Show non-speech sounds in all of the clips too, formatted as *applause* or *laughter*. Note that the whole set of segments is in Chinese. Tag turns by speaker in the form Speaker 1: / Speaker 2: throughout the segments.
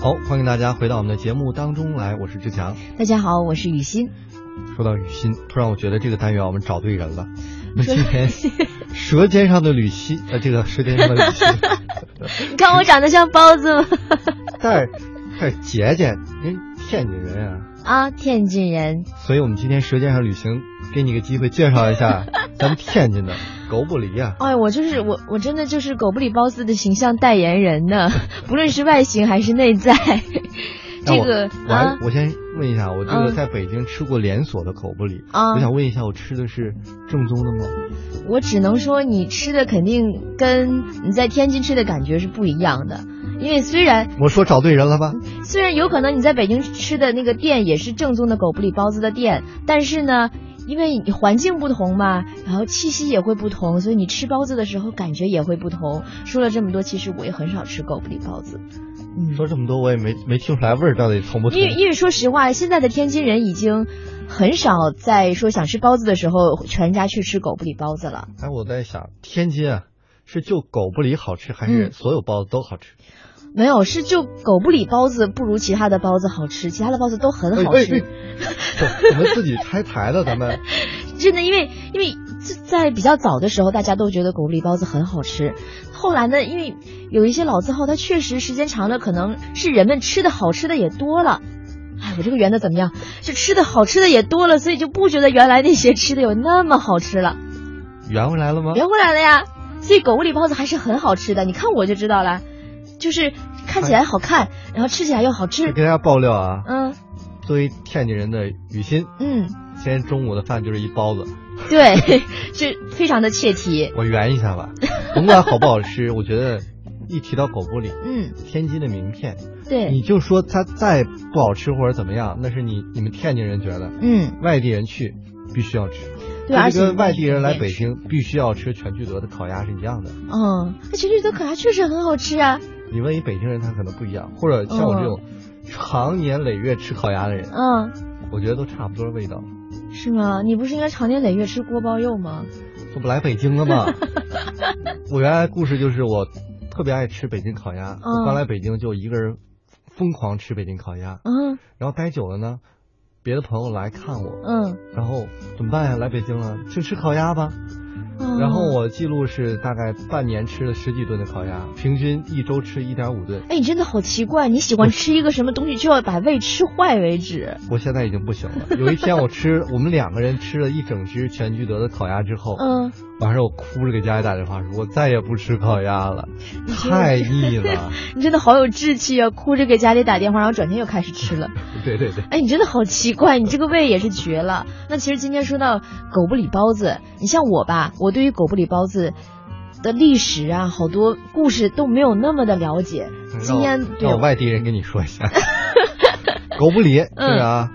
Speaker 1: 好，欢迎大家回到我们的节目当中来，我是志强。
Speaker 2: 大家好，我是雨欣。
Speaker 1: 说到雨欣，突然我觉得这个单元我们找对人了。我们今天舌尖上的吕西，呃，这个舌尖上的吕西，
Speaker 2: 你看我长得像包子吗？
Speaker 1: *laughs* 但是但是杰杰，人天津人啊，
Speaker 2: 啊，天津人，
Speaker 1: 所以我们今天舌尖上旅行，给你个机会介绍一
Speaker 2: *laughs*
Speaker 1: 下咱们天津的狗不理啊。
Speaker 2: 哎，我就是我，我真的就是狗不理包子的形象代言人呢， *laughs* 不论是外形还是内在。
Speaker 1: 那
Speaker 2: 这
Speaker 1: 我
Speaker 2: 个
Speaker 1: 我还、
Speaker 2: 啊
Speaker 1: 我先问一下，我这个
Speaker 2: 嗯
Speaker 1: 在北京吃过连锁的狗不理，
Speaker 2: 啊
Speaker 1: 我想问一下，我吃的是正宗的吗？
Speaker 2: 我只能说你吃的肯定跟你在天津吃的感觉是不一样的，因为虽然
Speaker 1: 我说找对人了吧？
Speaker 2: 虽然有可能你在北京吃的那个店也是正宗的狗不理包子的店，但是呢，因为你环境不同嘛，然后气息也会不同，所以你吃包子的时候感觉也会不同。说了这么多，其实我也很少吃狗不理包子。嗯，
Speaker 1: 说这么多我也没没听出来味儿到底从不从
Speaker 2: 因。为因为说实话，现在的天津人已经很少在说想吃包子的时候全家去吃狗不理包子了。
Speaker 1: 哎，我在想，天津啊，是就狗不理好吃，还是
Speaker 2: 嗯
Speaker 1: 所有包子都好吃？
Speaker 2: 没有，是就狗不理包子不如其他的包子好吃，其他的包子都很好
Speaker 1: 哎
Speaker 2: 吃。
Speaker 1: 哎哎怎么自己拆台了？咱
Speaker 2: *laughs*
Speaker 1: 们
Speaker 2: 真的，因为因为自在比较早的时候，大家都觉得狗不理包子很好吃。后来呢，因为有一些老字号，它确实时间长了，可能是人们吃的好吃的也多了。哎，我这个圆的怎么样？就吃的好吃的也多了，所以就不觉得原来那些吃的有那么好吃了，
Speaker 1: 圆回来了吗？
Speaker 2: 圆回来了呀。所以狗不理包子还是很好吃的，你看我就知道了，就是看起来好看，然后吃起来又好吃
Speaker 1: 给。大家爆料啊，
Speaker 2: 嗯
Speaker 1: 作为天津人的雨欣，
Speaker 2: 嗯，
Speaker 1: 今天中午的饭就是一包子，
Speaker 2: 对， *laughs* 这非常的切题。
Speaker 1: 我圆一
Speaker 2: *laughs*
Speaker 1: 下吧，甭管好不好吃，我觉得一提到狗不理，
Speaker 2: 嗯，
Speaker 1: 天津的名片，
Speaker 2: 对，
Speaker 1: 你就说它再不好吃或者怎么样，那是你你们天津人觉得，
Speaker 2: 嗯。
Speaker 1: 外地人去必须要吃，这
Speaker 2: 对，而
Speaker 1: 就
Speaker 2: 且
Speaker 1: 跟外地人来北，京必须要吃全聚德的烤鸭是一样的。
Speaker 2: 嗯，那全聚德烤鸭确实很好吃啊，
Speaker 1: 你问一北京人，他可能不一样，或者像我这种常年累月吃烤鸭的人，
Speaker 2: 嗯，
Speaker 1: 我觉得都差不多味道。
Speaker 2: 是吗？你不是应该常年累月吃锅包肉吗？
Speaker 1: 这不来北京了吗？我原来故事就是我特别爱吃北京烤鸭，我刚来北京就一个人疯狂吃北京烤鸭，
Speaker 2: 嗯
Speaker 1: 然后待久了呢，别的朋友来看我，
Speaker 2: 嗯，
Speaker 1: 然后怎么办呀？来北京了就吃烤鸭吧。
Speaker 2: 嗯
Speaker 1: 然后，我记录是大概半年吃了十几顿的烤鸭，平均一周吃一点五顿。
Speaker 2: 哎，你真的好奇怪，你喜欢吃一个什么东西就要把胃吃坏
Speaker 1: *laughs*
Speaker 2: 为止，
Speaker 1: 我现在已经不行了。有一天我吃，我们两个人吃了一整只全聚德的烤鸭之后，
Speaker 2: 嗯，
Speaker 1: 晚上我哭着给家里打电话说，我再也不吃烤鸭了，
Speaker 2: 是
Speaker 1: 太腻了。
Speaker 2: 你真的好有志气啊，哭着给家里打电话，然后转天又开始吃了。
Speaker 1: 对
Speaker 2: *laughs*
Speaker 1: 对对，
Speaker 2: 哎，你真的好奇怪，你这个胃也是绝了。那其实今天说到狗不理包子，你像我吧，我对于狗不理包子的历史啊，好多故事都没有那么的了解。今天
Speaker 1: 让我
Speaker 2: 对
Speaker 1: 让我外地人跟你说一
Speaker 2: *laughs*
Speaker 1: 下，狗不理就是啊，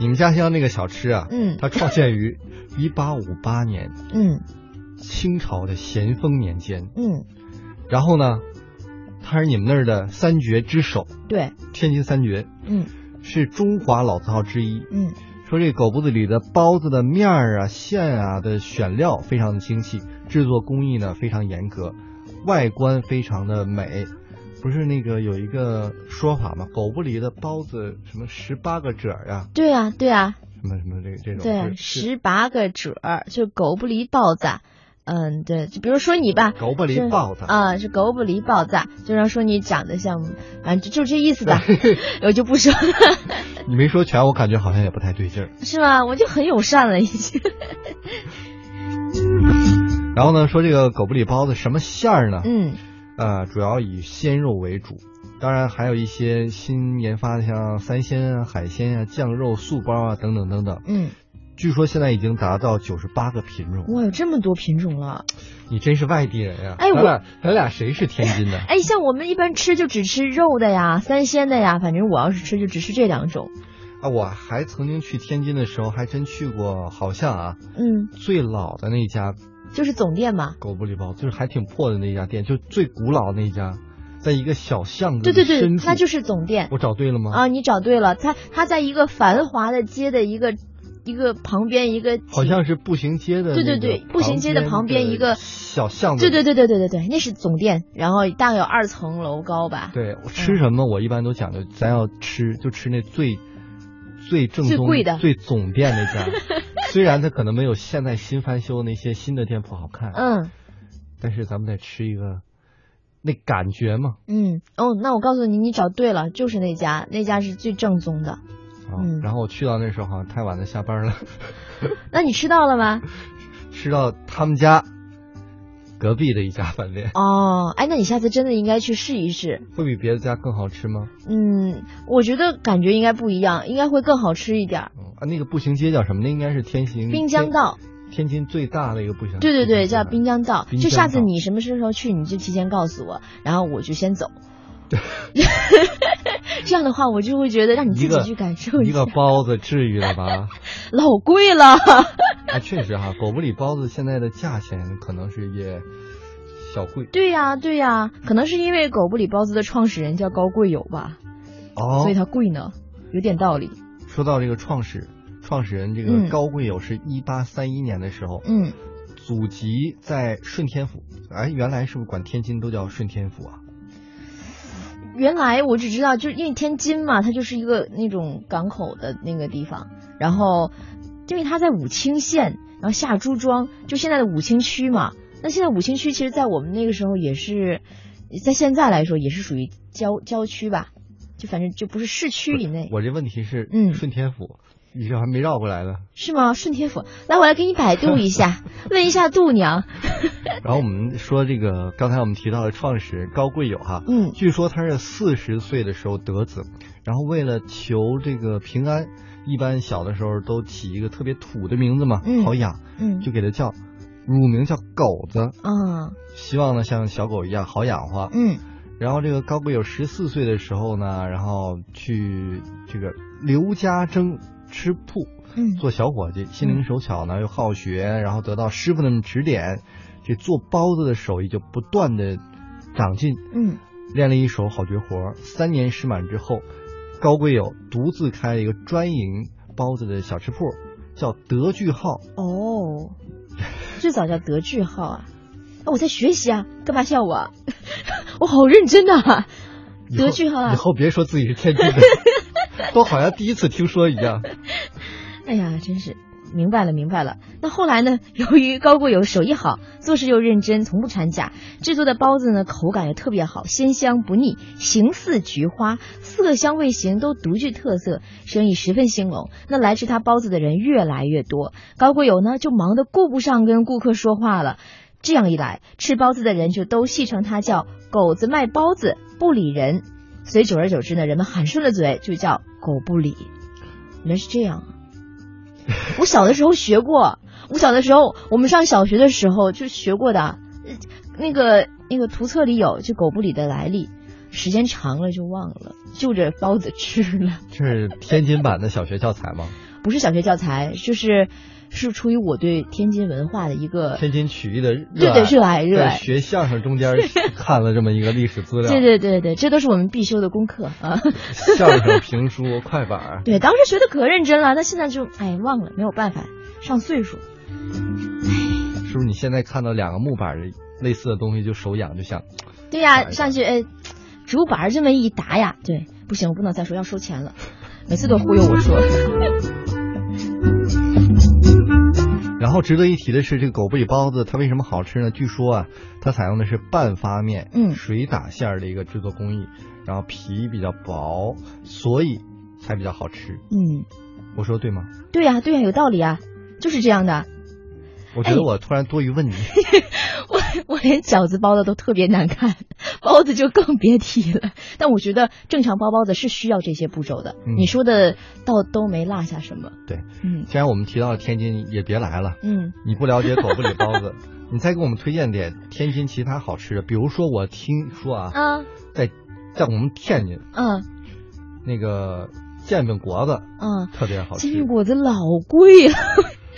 Speaker 1: 你们家乡那个小吃啊，
Speaker 2: 嗯
Speaker 1: 它创建于一八五八年
Speaker 2: 嗯
Speaker 1: 清朝的咸丰年间，
Speaker 2: 嗯，
Speaker 1: 然后呢，它是你们那儿的三绝之首，
Speaker 2: 对，
Speaker 1: 天津三绝
Speaker 2: 嗯
Speaker 1: 是中华老字号之一，
Speaker 2: 嗯
Speaker 1: 说这狗不理里的包子的面儿啊、馅啊的选料非常的精细，制作工艺呢非常严格，外观非常的美。不是那个有一个说法吗？狗不理的包子什么十八个褶儿呀、
Speaker 2: 对啊对啊
Speaker 1: 什么什么这个这种
Speaker 2: 对啊，
Speaker 1: 是是
Speaker 2: 十八个褶儿，就狗不理包子。嗯，对，就比如说你吧，
Speaker 1: 狗不理
Speaker 2: 是
Speaker 1: 包子，
Speaker 2: 啊、是狗不理包子，就让说你长得像，反正就就这意
Speaker 1: *laughs*
Speaker 2: 思吧，我就不说了，
Speaker 1: 你没说全，我感觉好像也不太对劲儿。
Speaker 2: 是吧？我就很友善了
Speaker 1: *laughs*
Speaker 2: 已经。
Speaker 1: 然后呢，说这个狗不理包子什么馅儿呢？
Speaker 2: 嗯
Speaker 1: 呃，主要以鲜肉为主，当然还有一些新研发的像三鲜啊、海鲜啊、酱肉、素包啊等等等等。
Speaker 2: 嗯，
Speaker 1: 据说现在已经达到九十八个品种。
Speaker 2: 哇，有这么多品种了。
Speaker 1: 你真是外地人呀、
Speaker 2: 哎我
Speaker 1: 咱俩咱俩谁是天津的？
Speaker 2: 哎，像我们一般吃就只吃肉的呀、三鲜的呀，反正我要是吃就只吃这两种。
Speaker 1: *laughs* 啊，我还曾经去天津的时候，还真去过，好像啊，
Speaker 2: 嗯，
Speaker 1: 最老的那家
Speaker 2: 就是总店嘛。
Speaker 1: 狗不理包，就是还挺破的那家店，就最古老那家，在一个小巷子
Speaker 2: 对
Speaker 1: 里
Speaker 2: 对对
Speaker 1: 深，处
Speaker 2: 那就是总店啊
Speaker 1: 我找对了吗？
Speaker 2: 啊！你找对了，它它在一个繁华的街的一个一个旁边一个
Speaker 1: 好像是步行街的那
Speaker 2: 对
Speaker 1: 个，
Speaker 2: 对对步行街的旁边一个
Speaker 1: 小巷子
Speaker 2: 对
Speaker 1: 里。
Speaker 2: 对对对对对对，那是总店，然后大概有二层楼高吧。
Speaker 1: 对，我吃什么我一般都讲究，咱要吃就吃那最最正宗、
Speaker 2: 最贵的
Speaker 1: 最总店那
Speaker 2: *laughs*
Speaker 1: 家。虽然它可能没有现在新翻修那些新的店铺好看，
Speaker 2: 嗯
Speaker 1: 但是咱们得吃一个那感觉嘛。
Speaker 2: 嗯哦，那我告诉你，你找对了，就是那家，那家是最正宗的。
Speaker 1: 啊、
Speaker 2: 嗯
Speaker 1: 然后我去到那时候好像太晚了，下班了，
Speaker 2: 那你吃到了吗？
Speaker 1: 吃到他们家隔壁的一家饭店，
Speaker 2: 哦，哎，那你下次真的应该去试一试。
Speaker 1: 会比别的家更好吃吗？
Speaker 2: 嗯，我觉得感觉应该不一样，应该会更好吃一点儿。
Speaker 1: 嗯啊，那个步行街叫什么？那应该是天津
Speaker 2: 滨江道，
Speaker 1: 天，天津最大的一个步行。
Speaker 2: 对对对，
Speaker 1: 步行街
Speaker 2: 叫滨江道。
Speaker 1: 滨
Speaker 2: 就
Speaker 1: 江
Speaker 2: 下次
Speaker 1: 道
Speaker 2: 你什么时候去，你就提前告诉我，然后我就
Speaker 1: *laughs*
Speaker 2: 先走。这样的话，我就会觉得让你自
Speaker 1: 一
Speaker 2: 己
Speaker 1: 个
Speaker 2: 去感受一
Speaker 1: 一
Speaker 2: 下，
Speaker 1: 个包子至于了吧？
Speaker 2: 老
Speaker 1: *laughs*
Speaker 2: 贵了。
Speaker 1: 啊，确实哈，狗不理包子现在的价钱可能是也小贵
Speaker 2: 对呀、对呀、可能是因为狗不理包子的创始人叫高贵友吧，
Speaker 1: 哦
Speaker 2: 所以。它贵呢，有点道理。
Speaker 1: 说到这个创始创始人这
Speaker 2: 嗯
Speaker 1: 个高贵友，是一八三一年的时候，
Speaker 2: 嗯，
Speaker 1: 祖籍在顺天府。哎，原来是不是管天津都叫顺天府啊？
Speaker 2: 原来我只知道，就是因为天津嘛，它就是一个那种港口的那个地方，然后因为它在武清县，然后下朱庄，就现在的武清区嘛。那现在武清区其实，在我们那个时候也是，在现在来说也是属于郊郊区吧，就反正就不是市区以内，
Speaker 1: 我这问题是，
Speaker 2: 嗯
Speaker 1: 顺天府，你这还没绕过来呢。
Speaker 2: 是吗？顺天府，来，我来给你百度一下，问一下度娘。
Speaker 1: 然后我们说这个，刚才我们提到的创始人高贵友哈，
Speaker 2: 嗯
Speaker 1: 据说他是四十岁的时候得子，然后为了求这个平安，一般小的时候都起一个特别土的名字嘛，
Speaker 2: 嗯
Speaker 1: 好养，
Speaker 2: 嗯
Speaker 1: 就给他叫乳名叫狗子，
Speaker 2: 啊
Speaker 1: 希望呢像小狗一样好养活。
Speaker 2: 嗯
Speaker 1: 然后这个高贵友十四岁的时候呢，然后去这个刘家蒸吃铺
Speaker 2: 嗯
Speaker 1: 做小伙计，心灵手巧呢又好学，然后得到师傅们指点，这做包子的手艺就不断的长进。
Speaker 2: 嗯
Speaker 1: 练了一手好绝活儿。三年师满之后，高贵友独自开了一个专营包子的小吃铺，叫德聚号。
Speaker 2: 哦，最早叫德句号啊。啊我在学习啊，干嘛笑我 *laughs* 啊？我好认真呐、啊。
Speaker 1: 以后
Speaker 2: 德聚号啊
Speaker 1: 以后别说自己是天
Speaker 2: *laughs*
Speaker 1: 津的，都好像第一次听说一样。
Speaker 2: 哎呀，真是明白了，明白了。那后来呢？由于高贵友手艺好，做事又认真，从不掺假，制作的包子呢口感也特别好，鲜香不腻，形似菊花，色香味形都独具特色，生意十分兴隆。那来吃他包子的人越来越多，高贵友呢就忙得顾不上跟顾客说话了。这样一来，吃包子的人就都戏称他叫“狗子卖包子，不理人”。所以久而久之呢，人们喊顺了嘴就叫“狗不理”。原来是这样啊！我小的时候学过，我小的时候，我们上小学的时候就学过的，呃那个那个图册里有就狗不理的来历，时间长了就忘了，就着包子吃了。
Speaker 1: 这是天津版的小学教材吗？
Speaker 2: 不是小学教材，就是是出于我对天津文化的一个
Speaker 1: 天津曲艺的热
Speaker 2: 对
Speaker 1: 爱，
Speaker 2: 对热爱热
Speaker 1: 在
Speaker 2: 爱，
Speaker 1: 学相声中间看了这么一个历史资料，
Speaker 2: 对对对对，这都是我们必修的功课啊。 *laughs*
Speaker 1: 相声、评书、 *laughs* 快板儿。
Speaker 2: 对，当时学的可认真了，那现在就哎忘了，没有办法，上岁数。
Speaker 1: 是不是你现在看到两个木板儿类似的东西就手痒，就想
Speaker 2: 对呀、
Speaker 1: 打一打
Speaker 2: 上去哎，竹板儿这么一打呀，对，不行，我不能再说，要收钱
Speaker 1: *laughs*
Speaker 2: 了，每次都忽悠我说。
Speaker 1: 嗯然后值得一提的是，这个狗不理包子它为什么好吃呢？据说啊，它采用的是半发面、
Speaker 2: 嗯
Speaker 1: 水打馅儿的一个制作工艺，然后皮比较薄，所以才比较好吃。
Speaker 2: 嗯，
Speaker 1: 我说对吗？
Speaker 2: 对呀、对呀、有道理啊，就是这样的。 *laughs*
Speaker 1: 我觉得
Speaker 2: 哎
Speaker 1: 我突然多余问你，
Speaker 2: 我我连饺子包的都特别难看， *laughs* 包子就更别提了。但我觉得正常包包子是需要这些步骤的。
Speaker 1: 嗯
Speaker 2: 你说的倒都没落下什么。
Speaker 1: 对，
Speaker 2: 嗯
Speaker 1: 既然我们提到了天津，也别来了。
Speaker 2: 嗯
Speaker 1: 你不了解狗不理包
Speaker 2: *laughs*
Speaker 1: 子，你再给我们推荐点天津其他好吃的，比如说我听说啊，
Speaker 2: 啊
Speaker 1: 在在我们天津
Speaker 2: 嗯
Speaker 1: 那个煎饼果子
Speaker 2: 嗯，
Speaker 1: 特别好吃
Speaker 2: 煎，饼果子老贵了。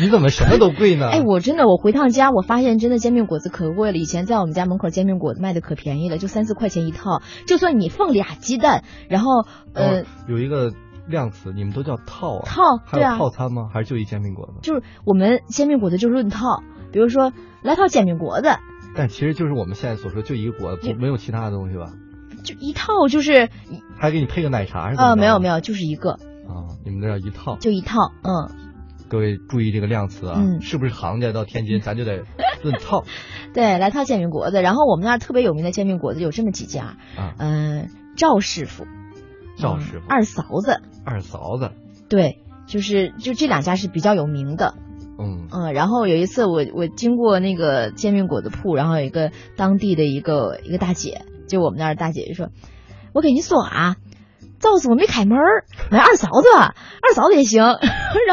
Speaker 1: 你怎么什么都贵呢？
Speaker 2: *laughs* 哎，我真的，我回趟家，我发现真的煎饼果子可贵了。以前在我们家门口煎饼果子卖的可便宜了，就三四块钱一套。就算你放俩鸡蛋，然后
Speaker 1: 然后
Speaker 2: 呃，
Speaker 1: 有一个量词，你们都叫套啊？
Speaker 2: 套
Speaker 1: 还
Speaker 2: 对
Speaker 1: 有
Speaker 2: 啊，
Speaker 1: 套餐吗？还是就一煎饼果子？
Speaker 2: 就是我们煎饼果子就论套，比如说来套煎饼果子，
Speaker 1: 但其实就是我们现在所说，就一个果子，
Speaker 2: 这
Speaker 1: 不没有其他的东西吧？
Speaker 2: 就一套就是
Speaker 1: 还给你配个奶茶是吧？
Speaker 2: 呃没有没
Speaker 1: 有
Speaker 2: 有就是一个
Speaker 1: 啊，你们那叫一套。
Speaker 2: 就一套，嗯。
Speaker 1: 各位注意这个量词啊，
Speaker 2: 嗯
Speaker 1: 是不是行家到天津咱就得论
Speaker 2: *laughs*
Speaker 1: 套
Speaker 2: 对，来套煎饼果子。然后我们那儿特别有名的煎饼果子有这么几家，
Speaker 1: 啊？
Speaker 2: 嗯、赵师傅、
Speaker 1: 赵师傅
Speaker 2: 嗯、二嫂子，
Speaker 1: 二嫂子，
Speaker 2: 对，就是就这两家是比较有名的。
Speaker 1: 嗯，
Speaker 2: 嗯，然后有一次我我经过那个煎饼果子铺，然后有一个当地的一个一个大姐，就我们那儿的大姐就说：“我给您送啊。”灶子我没开门儿，买二嫂子，二嫂子也行。 *laughs* 然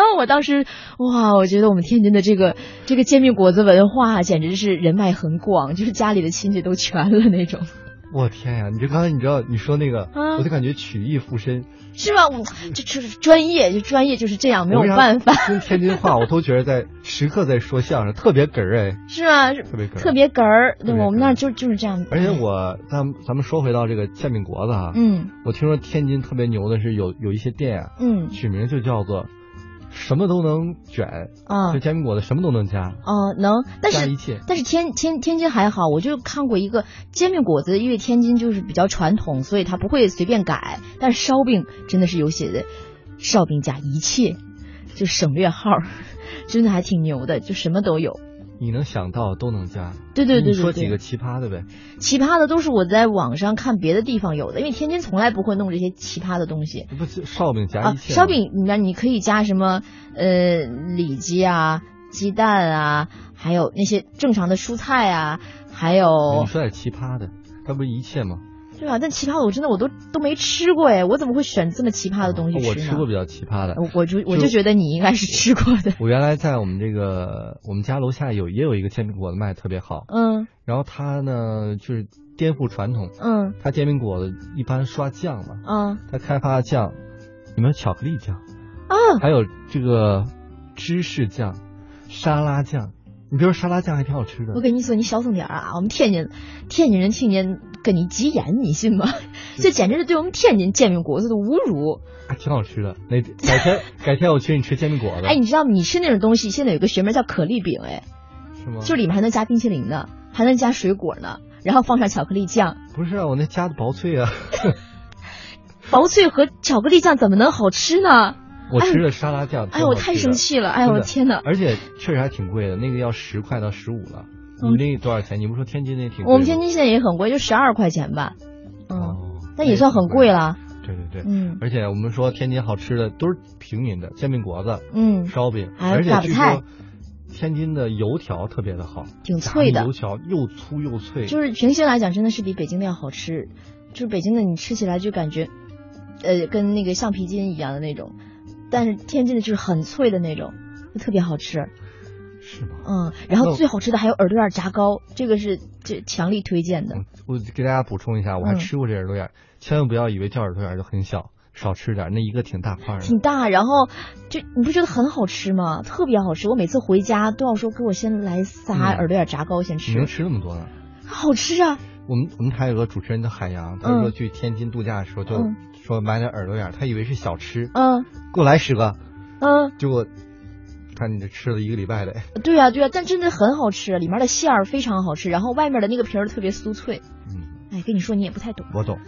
Speaker 2: 后我当时，哇，我觉得我们天津的这个这个煎饼果子文化啊简直是人脉很广，就是家里的亲戚都全了那种，
Speaker 1: 我天呀！你这刚才你知道你说那个，
Speaker 2: 啊
Speaker 1: 我就感觉曲意附身，
Speaker 2: 是吧？我这这专业就专业就是这样，没有
Speaker 1: 我为啥
Speaker 2: 办法，
Speaker 1: 听天津话，我都觉得在时刻在说相声，特别哏儿哎，
Speaker 2: 是吧？
Speaker 1: 特别哏儿，
Speaker 2: 特。别哏儿，
Speaker 1: 特
Speaker 2: 对
Speaker 1: 别
Speaker 2: 我们
Speaker 1: 哏儿
Speaker 2: 那儿就就是这样。
Speaker 1: 而且我咱咱们说回到这个煎饼果子啊，
Speaker 2: 嗯
Speaker 1: 我听说天津特别牛的是有有一些店啊，
Speaker 2: 嗯
Speaker 1: 取名就叫做什么都能卷，
Speaker 2: 啊
Speaker 1: 就煎饼果子什么都能加，
Speaker 2: 哦，能，但
Speaker 1: 加一
Speaker 2: 是
Speaker 1: 切。
Speaker 2: 但是天天天津还好，我就看过一个煎饼果子，因为天津就是比较传统，所以它不会随便改。但是烧饼真的是有写的，烧饼加一切，就省略号儿， *laughs* 真的还挺牛的，就什么都有。
Speaker 1: 你能想到都能加。
Speaker 2: 对对对对对
Speaker 1: 你嗯说几个奇葩的呗？
Speaker 2: 奇葩的都是我在网上看别的地方有的，因为天津从来不会弄这些奇葩的东西
Speaker 1: 不是烧饼夹
Speaker 2: 啊
Speaker 1: 一。切、
Speaker 2: 烧，饼里面你可以加什么呃里脊啊、鸡蛋啊，还有那些正常的蔬菜啊，还有
Speaker 1: 你说点奇葩的，它不是一切吗？
Speaker 2: 对啊，但奇葩的我真的我都都没吃过哎，我怎么会选这么奇葩的东西
Speaker 1: 啊我
Speaker 2: 呢？
Speaker 1: 吃过比较奇葩的。
Speaker 2: 我我就我
Speaker 1: 就
Speaker 2: 就觉得你应该是吃过的。
Speaker 1: 我原来在我们这个我们家楼下有也有一个煎饼果子卖的特别好，
Speaker 2: 嗯
Speaker 1: 然后它呢就是颠覆传统，
Speaker 2: 嗯
Speaker 1: 它煎饼果子一般刷酱嘛，
Speaker 2: 嗯
Speaker 1: 它开发的酱有没有巧克力酱，
Speaker 2: 啊 *laughs*
Speaker 1: 还有这个芝士酱、沙拉酱，你别说沙拉酱还挺好吃的
Speaker 2: 我，跟你说，你小声点儿啊！我们天津天津人听见跟你急眼，你信吗？ *laughs* 这简直是对我们天津煎饼果子的侮辱！
Speaker 1: 还挺好吃的。那改
Speaker 2: *laughs*
Speaker 1: 天改天我请你吃煎饼果子，
Speaker 2: 哎，你知道吗？你吃那种东西，现在有个学名叫可丽饼，哎，
Speaker 1: 是吗？
Speaker 2: 就里面还能加冰淇淋呢，还能加水果呢，然后放上巧克力酱，
Speaker 1: 不是啊，我那加的薄脆
Speaker 2: *laughs*
Speaker 1: 啊，
Speaker 2: 薄脆和巧克力酱怎么能好吃呢？
Speaker 1: 我吃的沙拉酱。
Speaker 2: 哎，我太生。气了！哎，
Speaker 1: 真
Speaker 2: 我
Speaker 1: 的
Speaker 2: 天哪！
Speaker 1: 而且确实还挺贵的，那个要十块到十五了。
Speaker 2: 嗯
Speaker 1: 你那多少钱？你不说天津那挺贵吗？
Speaker 2: 我们天津现在也很贵，就十二块钱吧，嗯，
Speaker 1: 哦，
Speaker 2: 但也算很贵。了，
Speaker 1: 对对对，
Speaker 2: 嗯
Speaker 1: 而且我们说天津好吃的都是平民的，煎饼果子、
Speaker 2: 嗯，
Speaker 1: 烧饼，
Speaker 2: 还有
Speaker 1: 而且
Speaker 2: 榨
Speaker 1: 据
Speaker 2: 菜
Speaker 1: 说天津的油条特别的好，
Speaker 2: 挺脆
Speaker 1: 炸
Speaker 2: 的
Speaker 1: 油，条又粗又脆，
Speaker 2: 就是平心来讲，真的是比北京的要好吃，就是北京的你吃起来就感觉，呃，跟那个橡皮筋一样的那种，但是天津的就是很脆的那种，就特别好吃，
Speaker 1: 是吗？
Speaker 2: 嗯，然后
Speaker 1: 那
Speaker 2: 最好吃的还有耳朵眼炸糕，这个是这强力推荐的，
Speaker 1: 我给大家补充一下，我还
Speaker 2: 嗯
Speaker 1: 吃过这耳朵眼儿，千万不要以为叫耳朵眼儿就很小，少吃点儿，那一个挺大块儿的。
Speaker 2: 挺大，然后就你不觉得很好吃吗？特别好吃，我每次回家都要说给我先来仨
Speaker 1: 嗯
Speaker 2: 耳朵眼炸糕先
Speaker 1: 你能
Speaker 2: 吃，
Speaker 1: 吃那么多呢？
Speaker 2: 好吃啊，
Speaker 1: 我们我们台有个主持人叫海洋，他说去天津度假的时候就
Speaker 2: 嗯
Speaker 1: 说买点耳朵眼儿，他以为是小吃，
Speaker 2: 嗯。
Speaker 1: 给我来十个，
Speaker 2: 嗯，
Speaker 1: 结果看你这吃了一个礼拜嘞。
Speaker 2: 对呀、对呀、但真的很好吃，里面的馅儿非常好吃，然后外面的那个皮儿特别酥脆。
Speaker 1: 嗯，
Speaker 2: 哎，跟你说你也不太懂。
Speaker 1: 我懂。